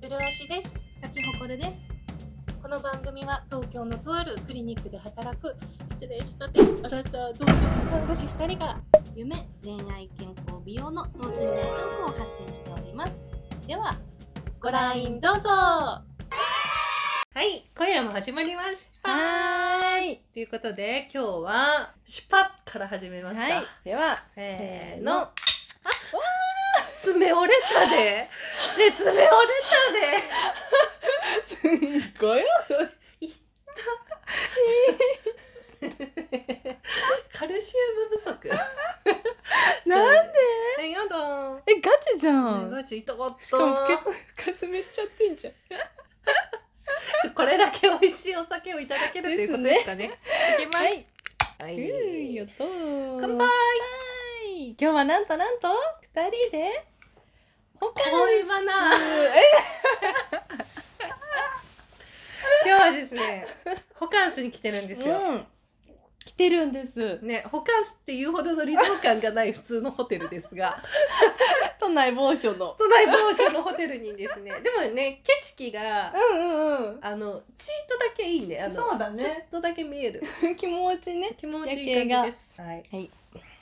プルアシです咲ほこるです。この番組は東京のとあるクリニックで働く失礼したてアラサー同居看護師2人が夢、恋愛、健康、美容の等身大トークを発信しております。では、ご覧どうぞはい、今夜も始まりました。はーい。ということで、今日はシュパッから始めますか。はい。では、せせーーの。のあ、爪折れ たで。ね、爪折れたすっごい。で。カルシウム不足。 なんでえ、やだ。え、ガチじゃねん。ガチ痛かった。しかも結構深爪しちゃってんじゃん。ちょこれだけ美味しいお酒をいただけるということですかね。いきます。はうーよと。乾乾杯。杯。今日はなんとなんと、二人で、ほか恋バ ナ。今日はですね、ホカンスに来てるんですよ。うん。来てるんです。ね、ホカンスっていうほどのリゾ感がない普通のホテルです が、都内某所の。都内某所のホテルにですね、でもね、景色が、うんうんあの、ちょっとだけいいね。あのそうだねちょっとだけ見える。うん。気持ちね。気持ちいい感じです。はい。はい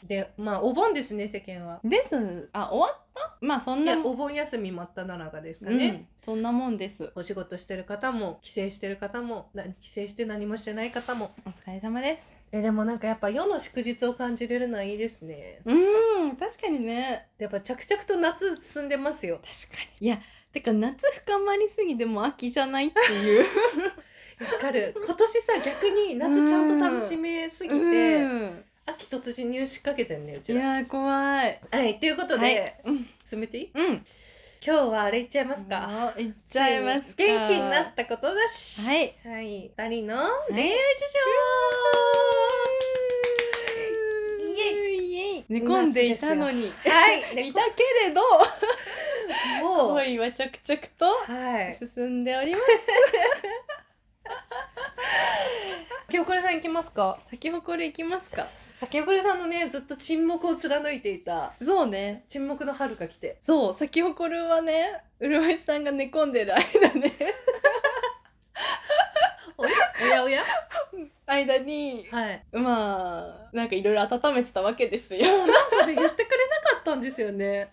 で、まあ、お盆ですね、世間は。です。あ、終わったまあそんいなや、もん。お盆休み真っ只中ですかうね。ん。そんなもんです。お仕事してる方も帰省してる方もな帰省して何もしてない方もお疲れ様です。えでもなんかやっぱ世の祝日を感じれるのはいいですねうん、確かにね。やっぱ着々と夏進んでますよ確かに。いや、てか夏深まりすぎてもう秋じゃないっていう。わかる今年さ逆に夏ちゃんと楽しめすぎて、 うん秋突入しかけてんねういちらやー怖い。はいということで、はいうん。進めていいうん。今日はあれいっちゃいますか、あ。いっちゃいますか。元気になったことだしはい。はい、二人の恋愛事情、イイエイ。寝込んでいたのに。 はい、いねたけれど、もう恋は着々と はい。進んでおります。清倉さん行きますか。先ほこりいきますか。さ清倉さんのね、ずっと沈黙を貫いていた。そうね。沈黙の春が来て。そう、先ほこるはね、うるわいさんが寝込んでる 間ね、おや、おやおや。間に、はい。まあ、なんかいろいろ温めてたわけですそう、なんよ。かね、言ってくれなかったんですよね。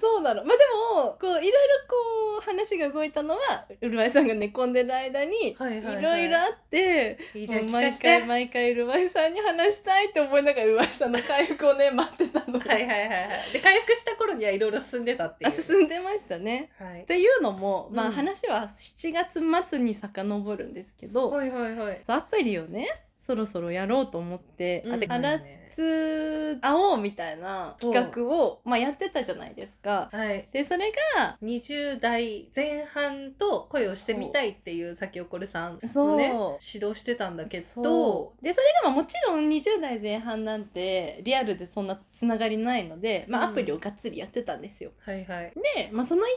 そうなの。まあでも、こう、いろいろこう、話が動いたのは、うるわいさんが寝込んでる間に、はいいはい、はい。ろいろあって、いいじゃん、も聞かう毎し回て。毎回うるわいさんに話したいって思いながら、うるわいさんの回復を ね、待ってたの。はいはいはいはい。で、回復した頃にはいろいろ進んでたっていあう。進んでましたね。はいっ。ていうのも、まうあん話は7月末に遡るんですけど、はいはいはい。そうアプリをね、そろそろやろうと思って、あてうんアラツ会おうみたいな企画を、まあ、やってたじゃないですか。はい。で、それが、 20代前半と恋をしてみたいっていう先おこるさんのねそう指導してたんだけどそうでそれがまあもちろん20代前半なんてリアルでそんなつながりないので、まあ、うんアプリをがっつりやってたんですよ。はいはいで、まあ、その一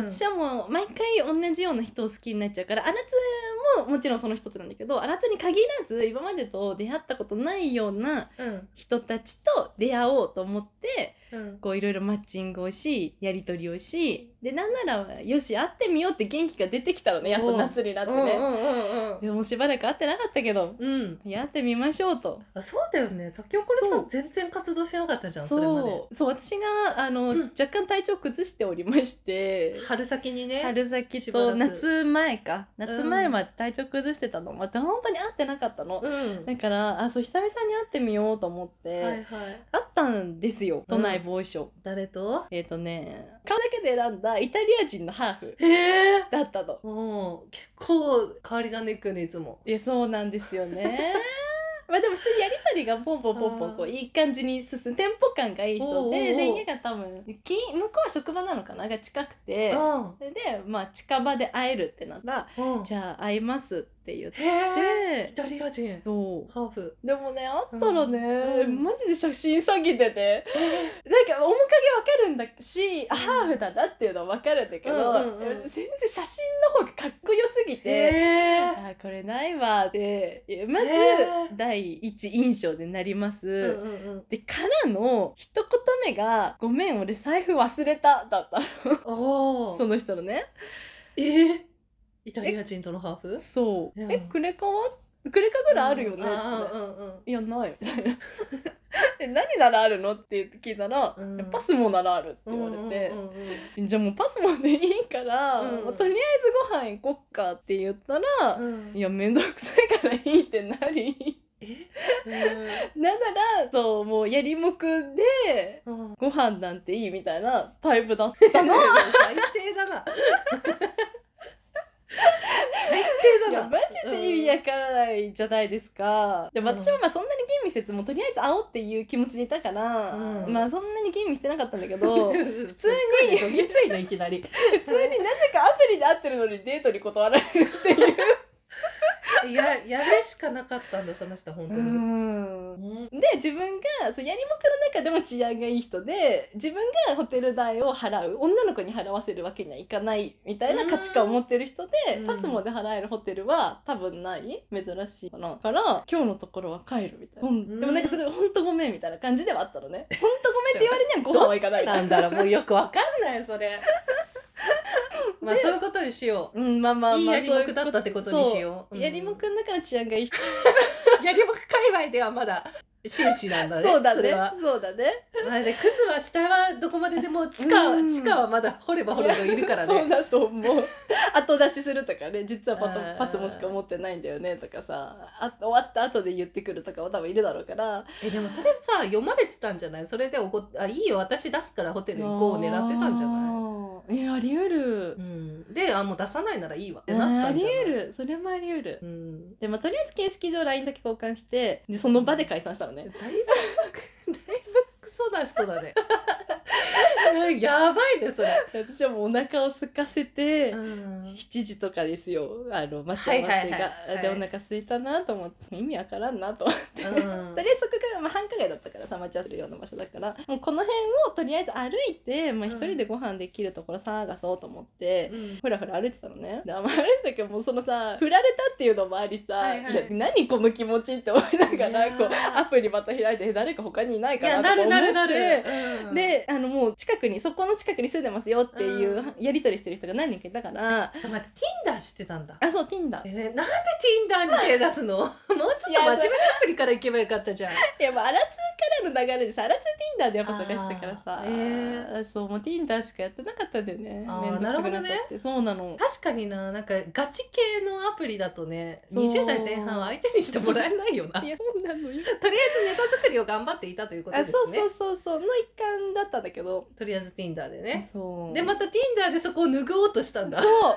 うでん私はもう毎回同じような人を好きになっちゃうから、アラツももちろんその一つなんだけどアラツに限らず今までと出会ったことないようなうん人たちと出会おうと思ってうんこういろいろマッチングをしやり取りをしでなんならよし会ってみようって元気が出てきたのねやっと夏になってうんうね。んうんうんでもしばらく会ってなかったけどうん、やってみましょうとあそうだよね先ほどさそん全然活動してなかったじゃんそれまでそうそう私があの、うん若干体調崩しておりまして春先にね春先しばらとく夏前か夏前うんまで体調崩してたの、また本当に会ってなかったの、うんだからあそう久々に会ってみようと思って、はいはい会ったんですよ都内某所、誰とえっ、とね顔だけで選んだイタリア人のハーフへえだったの。もう結構変わり種行くねいつもいやそうなんですよね まあでも普通にやりとりがポンポンポンポンこあういい感じに進むテンポ感がいいおうおうおう人でで家が多分き向こうは職場なのかなが近くうてんそれでまあ近場で会えるってなったらうんじゃあ会いますって言っへえイてタリア人そうハーフでもね会ったらね、うんうんマジで写真詐欺でねなんか面影わかるんだし、あハーフだなっていうのはわかるんだけど、うんうんうん全然写真の方がかっこよすぎて。え あこれないわでえまずへー第一印象でなります、うんうんうんでからの一言目が「ごめん俺財布忘れた」だったおお その人のねええイタリア人とのハーフそういやえクレカはクレカぐらいあるよね、あーうんうんいやないみたいな え何ならあるのって聞いたら、うんパスモならあるってうん言われて、うんうんじゃあもうパスモでいいから、うんもうとりあえずご飯行こっかって言ったら、うんうんいや面倒くさいからいいってなりながらそうもうやりもくでうんうんご飯なんていいみたいなタイプだった の最低だな最低いだやなマジで意味わからないじゃないですか、でもうん私はまあそんなに吟味せずもうとりあえず会おうっていう気持ちにいたから、うんまあそんなに吟味してなかったんだけど普普通に 飛びついのいきなり通になぜかアプリで会ってるのにデートに断られるっていう。ややるしかなかったんだその人本当に、うんで自分がそうやりもくの中でも治安がいい人で自分がホテル代を払う女の子に払わせるわけにはいかないみたいな価値観を持ってる人で、うんパスモで払えるホテルは多分ない珍しいかなから今日のところは帰るみたいな、うんでもなんかすごい「ほんとごめん」みたいな感じではあったのね「ほんとごめん」って言われ にはご飯どはっ行かないちなんだろうもうよくわかんないそれ まあそういうことにしようんまあまあまあういいやりそうもいうくだったってことにしようそうやりもくの中の治安がいい人、うん やりもく界隈ではまだ紳士なんだねそうだ それねはそうだねまあでクズは下はどこまででも地下はうん地下はまだ掘れば掘るほどいるから そうねだと思う後出しするとかね実はパあートパスもしか持ってないんだよねとかさあ終わった後で言ってくるとかも多分いるだろうからえでもそれさ読まれてたんじゃないそれでおごあいいよ私出すからホテル行こうを狙ってたんじゃないいえあり得るう、んであもう出さないならいいわってえなったあんりじゃない得るそれもあり得る、うんでまあ、とりあえず形式上 LINE だけ交換してでその場で解散したのだいねぶだいぶ クソな人だねうん やばいねそれ、で私はもうお腹を空かせて、うん7時とかですよあの待ち合わせが、はいはいはいはいでお腹空いたなと思って意味わからんなと思って、うんとりあえずそこから、まあ、繁華街だったからさ待ち合わせるような場所だからもうこの辺をとりあえず歩いて、まあ、うん一人でご飯できるところ探そうと思って。うんふらふら歩いてたのね。で、あんま歩いてたけど、もうそのさ、振られたっていうのもありさ、はいはいや何この気持ちって思いながいやら、ーこう、アプリまた開いて、誰か他にいないいかやなとなか思るって。なるなる、うんで、あの、もう近くに、そこの近くに住んでますよっていううんやりとりしてる人が何人かいたから、ちょっと待って Tinder 知ってたんだあ、そう、Tinder え。ねなんで Tinder に手出す のもうちょっと真面目なアプリから行けばよかったじゃんいや、まあ、アラツーからの流れでさ、アラツー Tinder でやっぱ探してたからさあ、ーえそう、もう Tinder しかやってなかったんだよね。あー面倒くさくっちゃって。そうなの。確かにななんかガチ系のアプリだとねそう20代前半は相手にしてもらえないよなとりあいえや、そうなのよ。ずネタ作りを頑張っていたということあ、でそすうねそうそうそう、の一環だったんだけど。とりあえず Tinder でねそう。でまた Tinder でそこを拭おうとしたんだそよう。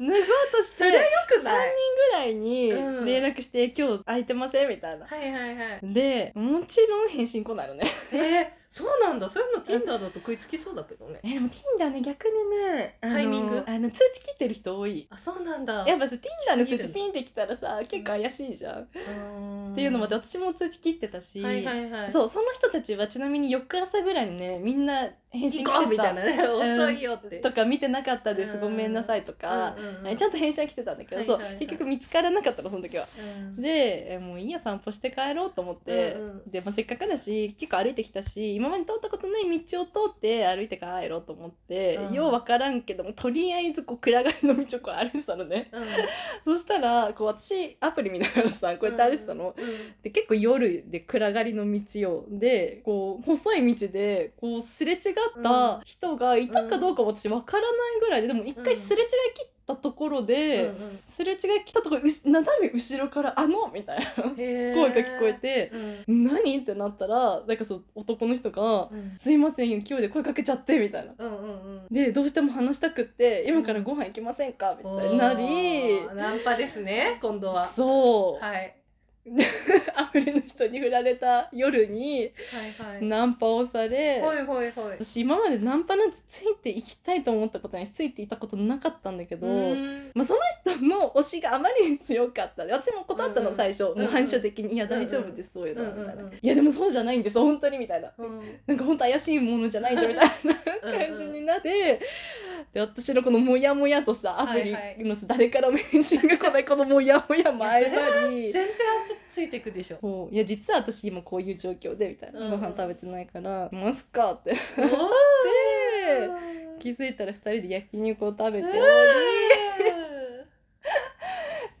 脱ごうとして、3人くぐないらいにうん連絡して、今日空いてませんみたいな。はいはいはいで、もちろん返信来ないのね。えー、そうなんだそういうの Tinder だと食いつきそうだけどね えでも Tinder ね逆にねあのタイミングあの通知切ってる人多いあそうなんだやっぱさ Tinder の通すぎる知のピンってきたらさ結構怪しいじゃん、っうーんていうのもあって私も通知切ってたし、はいはいはいそうその人たちはちなみに翌朝ぐらいにねみんな返信行こう来てみたいたなねん遅いよってとか見てなかったでうすんごめんなさいとか、うんうんうんえちゃんと返信は来てたんだけど、はいはいはいそう結局見つからなかったのその時は。うんでえもういいや散歩して帰ろうと思って、うんうんでまあ、せっかくだし結構歩いてきたし今まで通ったことない道を通って歩いて帰ろうと思って、うんようわからんけどもとりあえずこう暗がりの道をこう歩いてたのねうんそしたらこう私アプリ見ながらさこうやって歩いてたの、うんうんで結構夜で暗がりの道をでこう細い道でこうすれ違った人がいたかどうかも私わからないぐらいででも一回すれ違い切ったところで、うんうんすれ違い切ったところうし斜め後ろから「あの!」みたいなへー声が聞こえてうん「何?」ってなったらなんかそう男の人がうん「すいません勢いで声かけちゃって」みたいな。うんうんうんでどうしても話したくって「今からご飯行きませんか?」みたいおにーな りナンパですね今度はそう、はいアプリの人に振られた夜にはいはいナンパをされ。ほいほいほい私今までナンパなんてついていきたいと思ったことないしついていたことなかったんだけど、うーんまあ、その人の推しがあまりに強かったで私も断ったうんうのん最初、うんもう反射的に「いやうんうん大丈夫ですそういうのは」みたういな「んうんうんいやでもそうじゃないんです本当に」みたいな、うんなんか本当怪しいものじゃないんだみたいな感じになって、で私のこのモヤモヤとさアプリはいのさ誰からも返信が来ないこのモヤモヤも相まり全。然ついてくで しょそういや実は私今こういう状況でみたいな、うんご飯食べてないから「ますか?」っておーで気づいたら2人で焼肉を食べており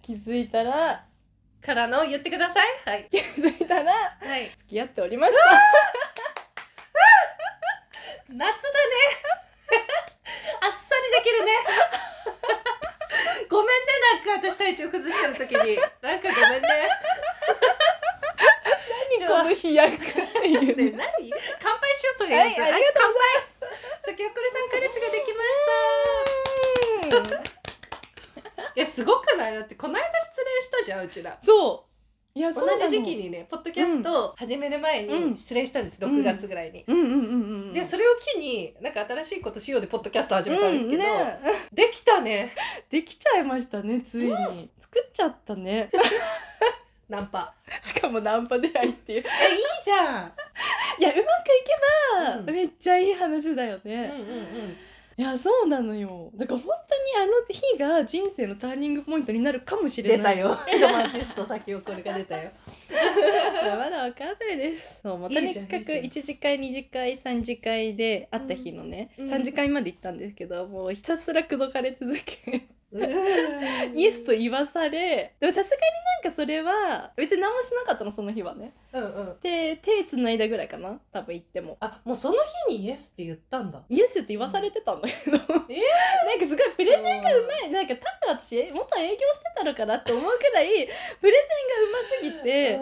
気づいたらからの言ってください。はい。気づいたらはい。付き合っておりました夏だね。あっさりできるね。ごめんね、なんか私体調崩してる時に。なんかごめんね。この飛躍っていねうねえ何乾杯しようとりあえずはいありがとうございます先ほくりさん彼氏ができましたいやすごくないだってこの間失恋したじゃんうちらそういや同じ時期にねポッドキャストを始める前うにん失恋したんです、うん6月ぐらいに、そうなのうんうんうんうんでそれれを機になんか新しいことしようでポッドキャスト始めたんですけど、ね、できたねできちゃいましたねついに、作っちゃったねナンパ しかもナンパ出会いっていうえいいじゃんいやうまくいけば、うんめっちゃいい話だようんうねん、うんいやそうなのよだから本当にあの日が人生のターニングポイントになるかもしれないよロマンチスト先ほくりが出た よいや まだわからないですそうもうといいにじゃんかくいい1次会2次会3次会で会った日のね、うん3次会まで行ったんですけどもうひたすら口説かれ続けイイエスと言わされでもさすがになんかそれは別に何もしなかったのその日はねうんうんで手つないだぐらいかな多分行ってもあもうその日にイエスって言ったんだイエスって言わされてたんだけえど、なんかすごいプレゼンがうまい前なんか多分私元営業してたのかなって思うくらいプレゼンがうますぎて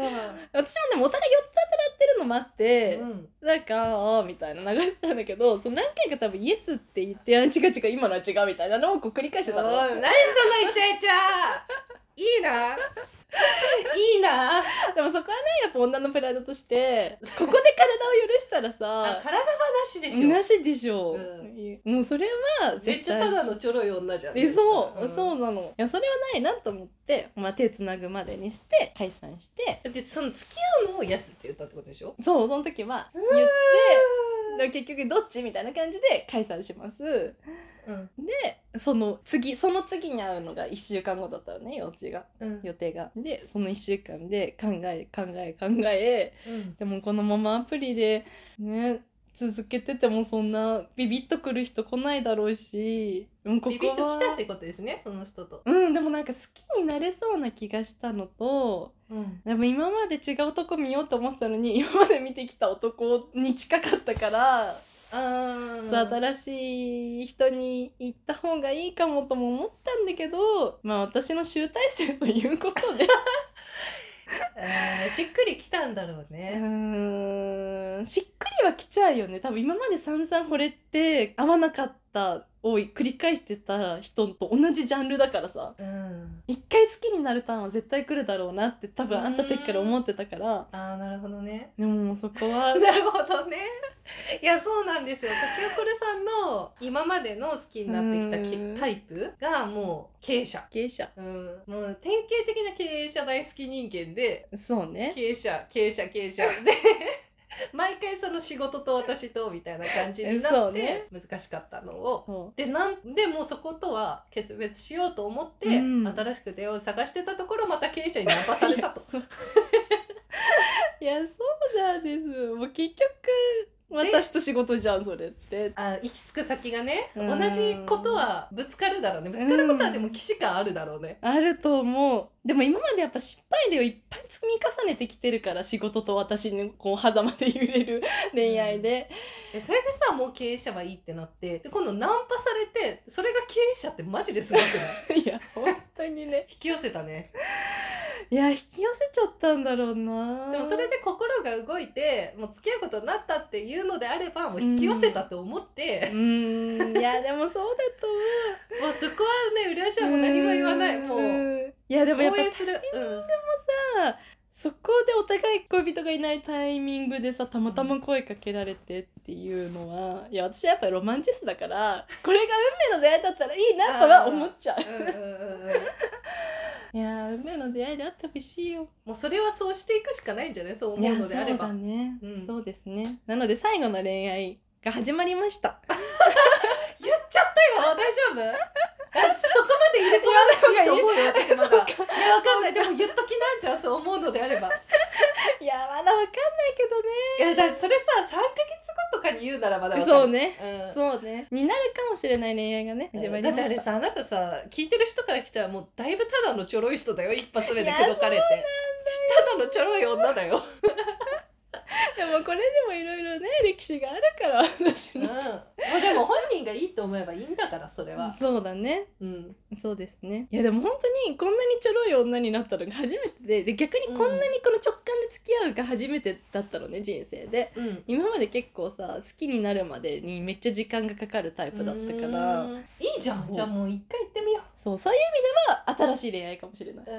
私もでもお互い寄って働ってるのもあって、うん、なんかああみたいな流してたんだけどその何回か多分イエスって言ってあ違う違う今のは違うみたいなのをこう繰り返してたの。おい何そのイチャイチャいいないいなでもそこはねやっぱ女のプライド としてここで体を許したらあさ体話でしょなしでしょ、もうそれはめっちゃただのちょろい女じゃんえそう、そううなのいやそれはないなと思って、まあ、手つなぐまでにして解散してんでその付き合うのをイエスって言ったってことでしょそうその時は言ってで結局どっちみたいな感じで解散しますうんでその次その次に会うのが1週間後だったよね予定がうん予定がでその1週間で考え考え考えうんでもこのままアプリでね続けててもそんなビビッとくる人来ないだろうしうんここビはビッと来たってことですねその人とうんでもなんか好きになれそうな気がしたのとうんでも今まで違う男見ようと思ってたのに今まで見てきた男に近かったから、あそう新しい人に行った方がいいかもとも思ったんだけどまあ私の集大成ということでえーしっくりきたんだろううねーんしっくりは来ちゃうよね多分今まで散々惚れて合わなかったを繰り返してた人と同じジャンルだからさうん一回好きになるターンは絶対来るだろうなって多分会った時から思ってたからああなるほどねでももうそこなはるほどね。いやそうなんですよ。時こるさんの今までの好きになってきたうんけタイプがもう経営者。経営者うん、もう典型的な経営者大好き人間でそうね経営者経営者経営者で毎回その仕事と私とみたいな感じになそっうてね難しかったのを。そでなんでもうそことは決別しようと思って、うん新しく出会いを探してたところまた経営者にナンパされた と。ういやそうなんですもう結局私と仕事じゃんそれってあ行き着く先がねう同んじことはぶつかるだろうねぶつかることはでも既視感あるだろうね。あると思うでも今までやっぱ失敗例をいっぱい積み重ねてきてるから仕事と私のこう狭間で揺れる恋愛で、でそれでさもう経営者はいいってなってで今度ナンパされてそれが経営者ってマジですごくない いや本当にね引き寄せたね。いや引き寄せちゃったんだろうなでもそれでで心が動いてもう付き合うことになったっていうのであればもう引き寄せたと思っうて、ーんいやでもそうだと思うもうそこはね浦島も何も言わないもう応んいやでもやっぱ援する。うんそこでお互い恋人がいないタイミングでさたまたま声かけられてっていうのは、いや私はやっぱりロマンチストだからこれが運命の出会いだったらいいなとは思っちゃうんうんうんうんういやー運命の出会いであってほしいよもうそれはそうしていくしかないんじゃないそう思うのであればそうだ。ね、うんそうですねなので最後の恋愛が始まりました言っちゃったよ大丈夫あそこまで入れ込ま ないと思うよ私まだいやわかんないでも言っときなんじゃんそう思うのであればいいやまだわかんないけどねやだってそれさ3ヶ月後とかに言うならまだわかるそうねうんそうねになるかもれない恋愛がね始まりだまってあれしたさあなたさ聞いてる人から来たらもうだいぶただのちょろい人だよ一発目で口説かれてただのちょろい女だよ、でもこれでもいろいろね歴史があるから私うん、ものうでも本人がいいと思えばいいんだからそれは、そうだねうん、そうですねいやでも本当にこんなにちょろい女になったのが初めてでで逆にこんなにこの直感で付き合うが初めてだったのね人生でうん、今まで結構さ好きになるまでにめっちゃ時間がかかるタイプだったからうんいいじゃそんうじゃあもう一回行ってみよそうそういう意味では新しい恋愛かもしれないううんう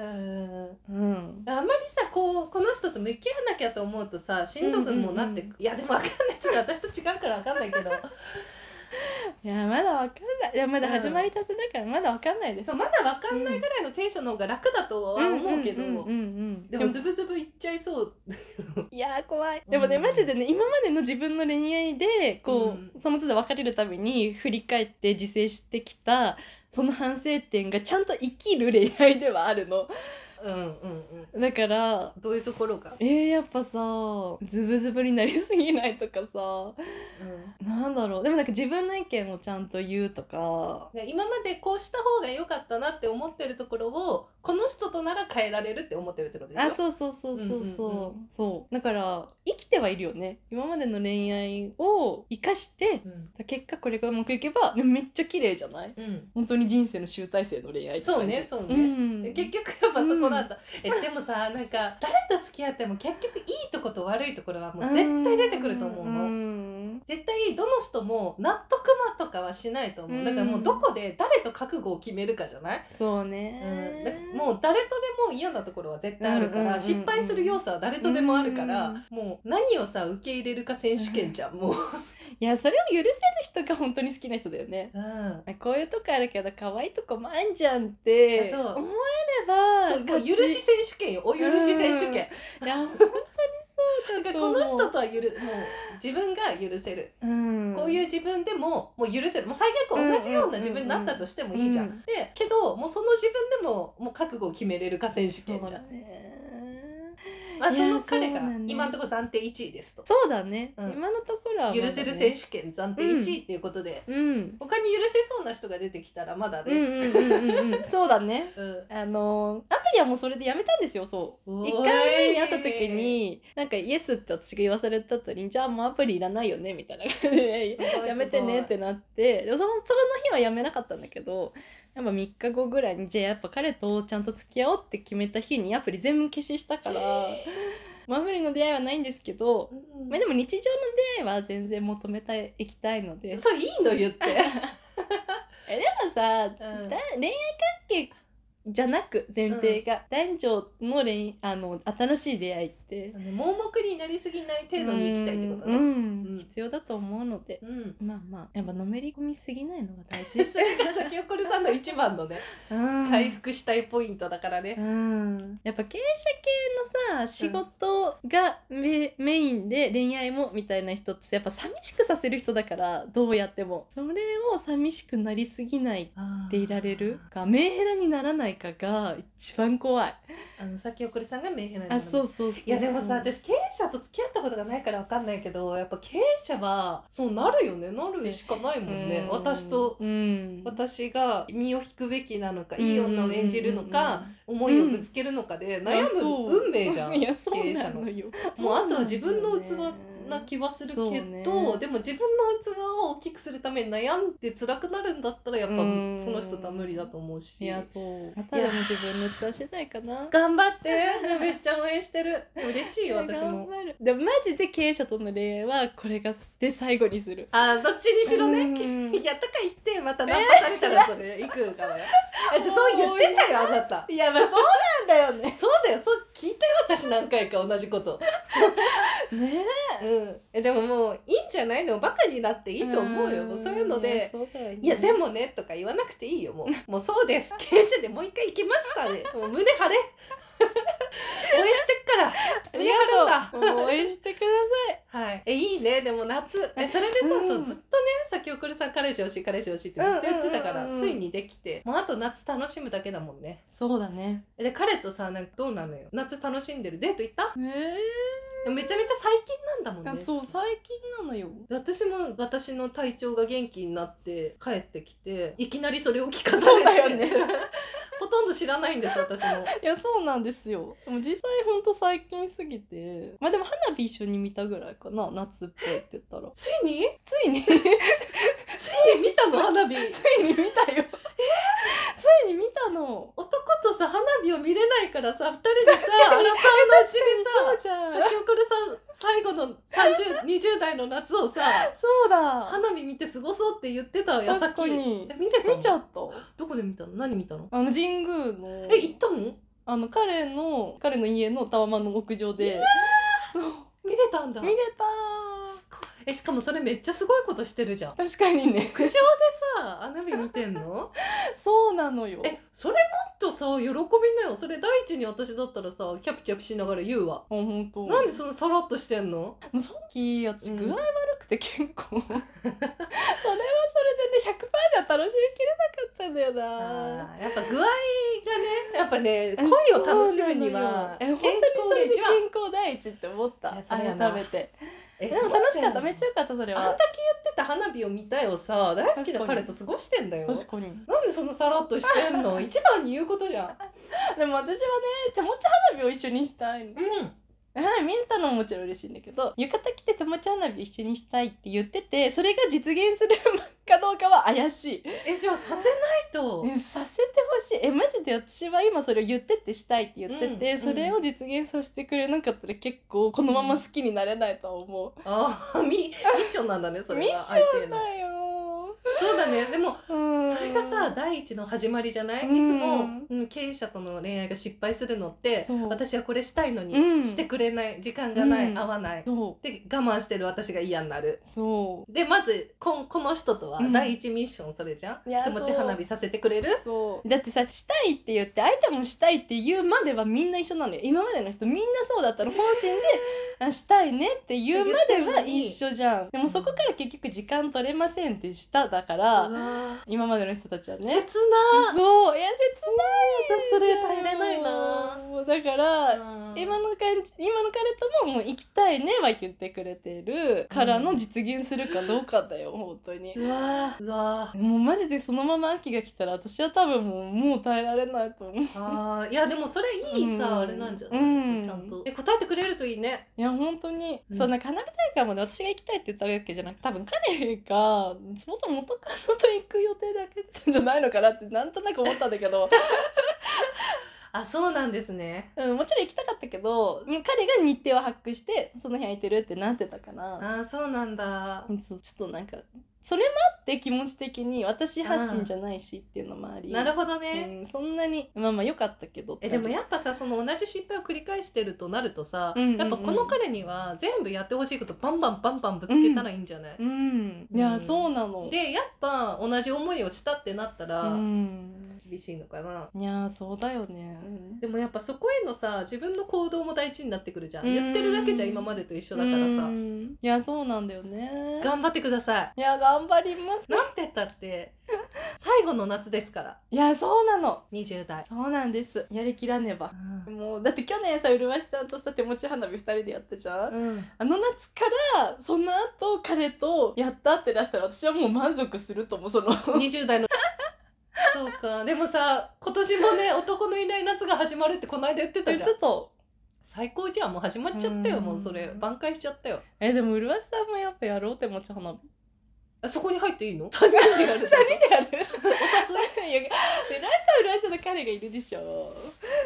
んあんまりさこうこの人と向き合わなきゃと思うとさしんどくもなってく、うんうんいやでもわかんないちょっと私と違うからわかんないけどいやまだわかんないいやまだ始まりたてだからまだわかんないですそうまだわかんないぐらいのテンションの方が楽だとは思うけど、んんうんうんでもズブズブいっちゃいそういやー怖いでもね、うんマジでね今までの自分の恋愛でこう、うその都度別れるたびに振り返って自制してきたその反省点がちゃんと生きる恋愛ではあるのうんうんうんだからどういうところが、えー、やっぱさズブズブになりすぎないとかさなんだろうでもなんか自分の意見をちゃんと言うとかで今までこうした方が良かったなって思ってるところをこの人となら変えられるって思ってるってことでしょあそうそうそうそうそうう,、んうんうそうだから生きてはいるよね今までの恋愛を生かしてうん、結果これがうまくいけばめっちゃ綺麗じゃないうん、本当に人生の集大成の恋愛って感そうじねそうね、うん、結局やっぱそこなんだ、えでもさなんか誰と付き合っても結局いいとこと悪いところはもう絶対出てくると思うの、ん絶対どの人も納得まとかはしないと思う、うんだからもうどこで誰と覚悟を決めるかじゃない、そううね、ん、だからもう誰とでも嫌なところは絶対あるから、うんうんうんうん失敗する要素は誰とでもあるから、うんもう何をさ受け入れるか選手権じゃんもう、いやそれを許せる人が本当に好きな人だよねうん、こういうとこあるけど可愛いとこもあんじゃんってあそう思そうえればもう許し選手権よお許し選手権、いや本当にそだうだからとこ思うの人とはゆるもう自分が許せるうん、こういう自分でももう許せるもう最悪同じような自分になったとしてもいいじゃん。うんうんうんでけどもうその自分でももう覚悟を決めれるか選手権そうじゃだん。ねまあ、いそやの彼がそうだね今のところ暫定1位ですと。そうだね、うん今のところはまだね、許せる選手権暫定1位っていうことで、うん他に許せそうな人が出てきたらまだうんね。うんうんうんうんそうだねうんあのアプリはもうそれでやめたんですよそうおい1回目に会った時になんか「イエス」って私が言わされた後に「じゃあもうアプリいらないよね」みたいな感じで「やめてね」ってなってでもそのその日はやめなかったんだけどやっぱ3日後ぐらいにじゃあやっぱ彼とちゃんと付き合おうって決めた日にアプリ全部消しし たからまあアプリの出会いはないんですけど、うんまあ、でも日常の出会いは全然求めたい行きたいのでそれいいの言って。 えでもさ、んだ恋愛関係じゃなく前提が、男女の恋あの新しい出会いって盲目になりすぎない程度に行きたいってことね。ううんん。、うん必要だと思うので、まあまあやっぱのめり込みすぎないのが大事それが先ほどさんの一番のねうん回復したいポイントだからねう。ん、やっぱ経営者系のさ仕事がメ,、メインで恋愛もみたいな人ってやっぱ寂しくさせる人だからどうやってもそれを寂しくなりすぎないっていられるかメンヘラにならないかが一番怖いあの先送りさんがメンヘラになあるそうそうそういいやでもさ私経営者と付き合ったことがないからわかんないけどやっぱ経営者はそうなるよねなるしかないもんねうん私とうん私が身を引くべきなのかいい女を演じるのか思いをぶつけるのかでうんうんうん悩む運命じゃんいやそ経う営者なののよもうあとは自分の器な気きはするけそど、うねでも自分の器を大きくするために悩んで辛くなるんだったらやっぱそうんの人とは無理だと思うしいやそうまたでも自分の器次第かな頑張 ってめっちゃ応援してる嬉しいよ私頑も張るでもマジで経営者との恋愛はこれがで最後にするあーどっちにしろねうんいやとか言ってまたナンパされたらそれ行く からだってそう言ってたよあなたいやまあそうなんだよねそうだよそう聞いたよ私何回か同じことねうんえでももういいんじゃないのバカになっていいと思うよそういうのでいやでももねとか言わなくていいよもうもうそうです経営者でもう一回行きましたねもう胸 張れ応援してっからあ胸張るんだ りがとう応援してくださいはいえいいねでも夏えそれでさ、うんそうずっとね先送りさん彼氏欲しい彼氏欲しいってずっと言ってたから、うんうんうんうつんいにできてもうあと夏楽しむだけだもんねそうだねで彼とさなんかどうなのよ夏楽しんでるデート行ったえーでもめちゃめちゃ最近なんだもんねそう最近なのよ私も私の体調が元気になって帰ってきていきなりそれを聞かされてそうだよね ほとんど知らないんです私もいやそうなんですよでも実際ほんと最近すぎてまあでも花火一緒に見たぐらいかな夏っぽいって言ったらついについにつついに見たの花火いに見たよついに見たの男とさ花火を見れないからさ二人でさあのさんの確おかにそうじゃん尻さ先送るさ最後の3020代の 夏をさそうだ花火見て過ごそうって言ってた矢確先かにえ見れたの見ちゃったどこで見たの何見たのあの神宮のえ行ったのあの彼の彼の家のタワマンの屋上でそう見れたんだ見れたすごいえしかもそれめっちゃすごいことしてるじゃん確かにね苦情でさ花火見てんのそうなのよえそれもっとさ喜びなよそれ第一に私だったらさキャピキャピしながら言うわあ本当。なんでそのさらっとしてんのもうさっき私うん具合悪くて結構、 それはそれでね100%では楽しみきれなかったんだよなやっぱ具合がねやっぱね恋を楽しむにはえ健本康当にそれが一で健番康第一って思ったいやそれは改なめてえでも楽しかそうっただよめっちゃ良かったそれあんだはけ言ってた花火を見たよさ大好きな彼と過ごしてんだよ確かになんでそのさらっとしてん の一番に言うことじゃんでも私はね手持ち花火を一緒にしたいのうん花火見れたのももちろん嬉しいんだけど浴衣着て手持ち花火一緒にしたいって言っててそれが実現するかどうかは怪しいえじゃあさせないとねさせてほしいえマジで私は今それを言ってってしたいって言ってて、うんそれを実現させてくれなかったら結構このまま好きになれないとは思う、あーミミッションなんだねそれミッはシ相手へョンのだよ、そうだねでもうんそれがさ第一の始まりじゃない、うんいつも、うん、経営者との恋愛が失敗するのってそう私はこれしたいのに、うんしてくれない時間がない、うん合わないそうで我慢してる私が嫌になるそでまずこんこの人とはうん第一ミッションそれじゃん、いや手持ちそう花火させてくれるうそうだってさしたいって言って相手もしたいって言うまではみんな一緒なのよ今までの人みんなそうだったの本心であしたいねって言うまでは一緒じゃんでもそこから結局時間取れませんってしただからね、今までの人たちはね切なそういや私そ切れない耐えれないな、もうだから、うん今の感じ今の彼とももう行きたいねは言ってくれてるからの実現するかどうかだよ、本当にうわーうわもうマジでそのまま秋が来たら私は多分もうもう耐えられないと思うーあーいやでもそれいいさ、うんあれなんじゃない、うんちゃんとえ答えてくれるといいねいや本当に、うんそうなんか花火大会まで私が行きたいって言ったわけじゃなく多分彼がそもそも元カノと行く予定だけだったんじゃないのかなってなんとなく思ったんだけど、あそうなんですねうん、もちろん行きたかったけどうん彼が日程を把握してその日空いてるってなってたから。あーそうなんだそうちょっとなんかそれもあって気持ち的に私発信じゃないしっていうのもありなるほどね、うん、そんなにまあまあ良かったけどってえでもやっぱさその同じ失敗を繰り返してるとなるとさ、うんうんうんやっぱこの彼には全部やってほしいことバンバンバンバンぶつけたらいいんじゃない、うんいや、うんそうなのでやっぱ同じ思いをしたってなったうらん厳しいのかな、いやそうだよねでもやっぱそこへのさ自分の行動も大事になってくるじゃん、うん言ってるだけじゃ今までと一緒だからさ、うんいやそうなんだよね頑張ってくださいや頑張りますいなんて言ったって最後の夏ですからいやそうなの20代、そうなんですやりきらねばうもうだって去年さうるわしさんとさ手持ち花火二人でやったじゃん、んうん、あの夏からその後彼とやったってなったら私はもう満足すると思うその20代のそうかでもさ今年もね男のいない夏が始まるってこの間言ってたじゃんと最高じゃんもう始まっちゃったようんもうそれ挽回しちゃったよ えでもうるわしさんもやっぱやろうって持ち花火あそこに入っていい の3人でやる三人でやる お誘いやうるわしさんうるわしさんの彼がいるでしょ、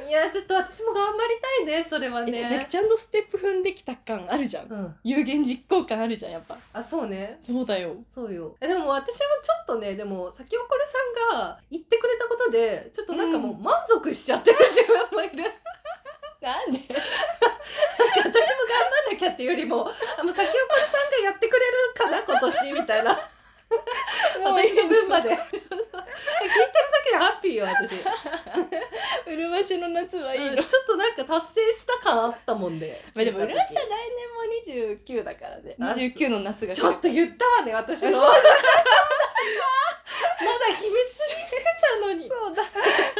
いやちょっと私も頑張りたいねそれはえなんかねちゃんとステップ踏んできた感あるじゃん、うん有言実行感あるじゃんやっぱあそうねそうだよそうよえでも私もちょっとねでも先ほこるさんが言ってくれたことでちょっとなんかもう満足しちゃってる自分もいる、 なんで私も頑張んなきゃっていうよりもあもう先ほこるさんがやってくれるかな 今年みたいな 私の分まで 聞いてるだけでハッピーよ 私うるわしの夏はいいの、うんま ちょっとなんか達成した感あったもんで、あ、でもう聞いるたわし時さん来年も29だからねあ29の夏が来ちるょっと言ったわね私のまだ秘密にしてたのにそうだ。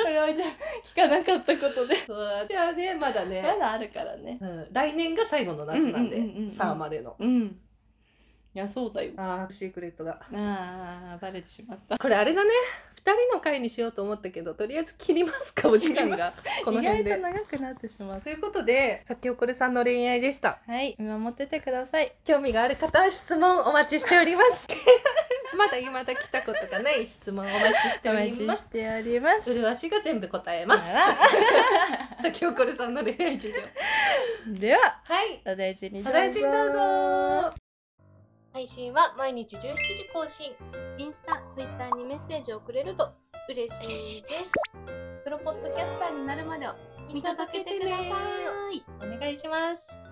これおいて聞かなかったこと でそうじゃあねまだね、まだあるからねうん、来年が最後の夏なんで、うんうんうんうんうんさあまでのうんいやそうだよあーシークレットがああバレてしまったこれあれだね2人の回にしようと思ったけどとりあえず切りますかお時間がこの辺意外でと長くなってしまったということで先おこれさんの恋愛でしたはい見守っててください興味がある方質問お待ちしております まだ今だ来たことがない質問お待ちしておお待りちますしておりますうるわしが全部答えますあら先おこれさんの恋愛事情でははいお大事にお大事にどうぞ配信は毎日17時更新インスタ、ツイッターにメッセージをくれると嬉しいで嬉しいす。ですプロポッドキャスターになるまでを見届けてください。お願いします